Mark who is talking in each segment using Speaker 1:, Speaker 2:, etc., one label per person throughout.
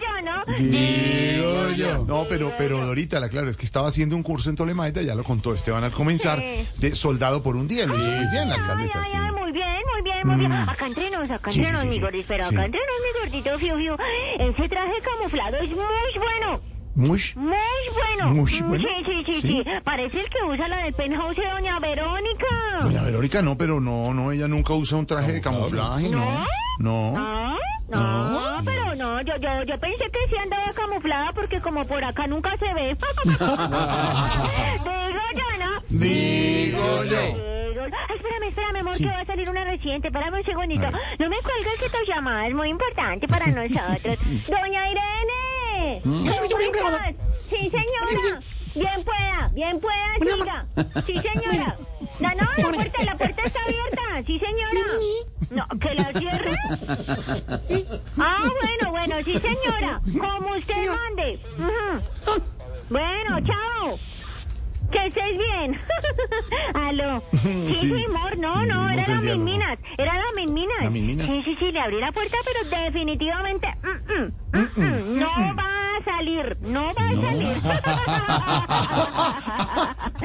Speaker 1: yo, ¿no?
Speaker 2: No, pero, pero Dorita, la claro, es que estaba haciendo un curso en Tolemaida, ya lo contó Esteban al comenzar, de soldado por un día. Lo hizo muy bien, la alcaldesa,
Speaker 1: Ay,
Speaker 2: sí. Mm.
Speaker 1: ay, ay, muy bien, muy bien, muy bien. Acá entre nos, acá
Speaker 2: Sí,
Speaker 1: entre nos,
Speaker 2: sí,
Speaker 1: mi
Speaker 2: sí,
Speaker 1: gordito, pero
Speaker 2: sí.
Speaker 1: acá entre nos, mi gordito, fiu, fiu. Ese traje camuflado es muy bueno.
Speaker 2: Muy.
Speaker 1: Muy bueno.
Speaker 2: Muy
Speaker 1: Mm,
Speaker 2: bueno.
Speaker 1: Sí, sí, sí,
Speaker 2: Sí.
Speaker 1: sí. Parece el que usa la del penthouse de Doña Verónica.
Speaker 2: Doña Verónica, no, pero no, no, ella nunca usa un traje de camuflaje, no. No.
Speaker 1: ¿Ah? No, pero no, yo, yo, yo pensé que sí andaba camuflada porque como por acá nunca se ve. Digo yo, ¿no?
Speaker 2: Digo yo.
Speaker 1: Digo- Ay, espérame, espérame, amor,
Speaker 2: Sí.
Speaker 1: que va a salir una residente. Espérame un segundito.
Speaker 2: A ver.
Speaker 1: No me cuelgues que tu llamada es muy importante para nosotros. Doña Irene.
Speaker 2: Mm.
Speaker 1: ¿cómo estás? Sí, señora. Bien pueda, bien pueda, chica. Sí, señora. No, no, la puerta, la puerta está abierta. Sí, señora. No, que la cierre. Ah, bueno, bueno, sí, señora. Como usted mande. Ujú. Bueno, chao. Que estés bien. Aló. Sí,
Speaker 2: Sí,
Speaker 1: mi amor, no,
Speaker 2: sí,
Speaker 1: no,
Speaker 2: vimos el
Speaker 1: era la
Speaker 2: diálogo.
Speaker 1: Minminas. Era la Minminas.
Speaker 2: La Minminas.
Speaker 1: Sí, sí, sí, le abrí la puerta, pero definitivamente mm, mm, mm, mm, no va a salir. No va a salir.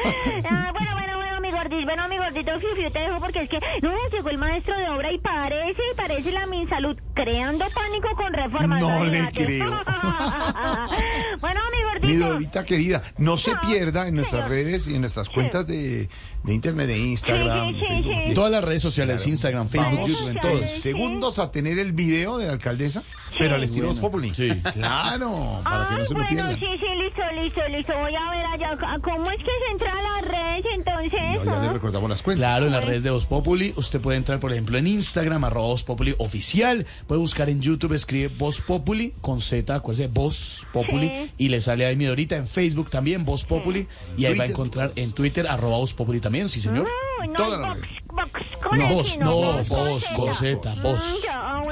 Speaker 1: Ah, bueno, bueno, bueno, mi gordito, bueno, mi gordito, fiu, fiu, te dejo porque es que no llegó el maestro de obra y parece, parece la Minsalud creando pánico con reformas.
Speaker 2: No le
Speaker 1: imagínate.
Speaker 2: creo.
Speaker 1: bueno, mi gordito.
Speaker 2: Mi Dorita querida, no se
Speaker 1: No,
Speaker 2: pierda en nuestras
Speaker 1: señor.
Speaker 2: redes y en nuestras cuentas de, de internet, de Instagram.
Speaker 1: Sí, sí, sí,
Speaker 2: Facebook,
Speaker 1: sí.
Speaker 2: de-
Speaker 3: Todas las redes sociales, Instagram, Facebook,
Speaker 1: Vamos.
Speaker 3: YouTube, en
Speaker 2: en
Speaker 3: todos.
Speaker 1: Sí.
Speaker 2: segundos a tener el video de la alcaldesa, pero al estilo Voz Populi.
Speaker 3: Sí.
Speaker 2: Claro, para que
Speaker 1: Ay,
Speaker 2: no se lo
Speaker 1: bueno,
Speaker 2: pierdan.
Speaker 1: sí, sí, listo, listo, listo. Voy a ver allá. c- ¿Cómo es que se entra a las redes entonces.
Speaker 2: No, ya le
Speaker 1: ¿ah?
Speaker 2: recordamos las cuentas.
Speaker 3: Claro, en las redes de Voz Populi, usted puede entrar, por ejemplo, en Instagram, arroba Voz Populi oficial, puede buscar en YouTube, escribe Voz Populi con Z, acuérdese, Voz Populi,
Speaker 1: Sí.
Speaker 3: y le sale ahí Midorita, en Facebook también, Voz Populi, y ahí va a
Speaker 2: Twitter.
Speaker 3: encontrar en Twitter, arroba Voz Populi también, sí señor.
Speaker 1: No, no,
Speaker 2: Toda la
Speaker 1: box,
Speaker 2: red.
Speaker 1: box, con
Speaker 3: No,
Speaker 1: el
Speaker 3: vos,
Speaker 1: chino,
Speaker 3: no,
Speaker 1: box,
Speaker 3: vos,
Speaker 1: con
Speaker 3: con
Speaker 1: Z.
Speaker 3: Z, vos.
Speaker 1: Mm, ya, ah,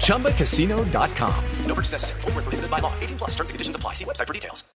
Speaker 4: ChumbaCasino.com.
Speaker 5: No purchase necessary. Void where prohibited by law. 18 plus terms and conditions apply. See website for details.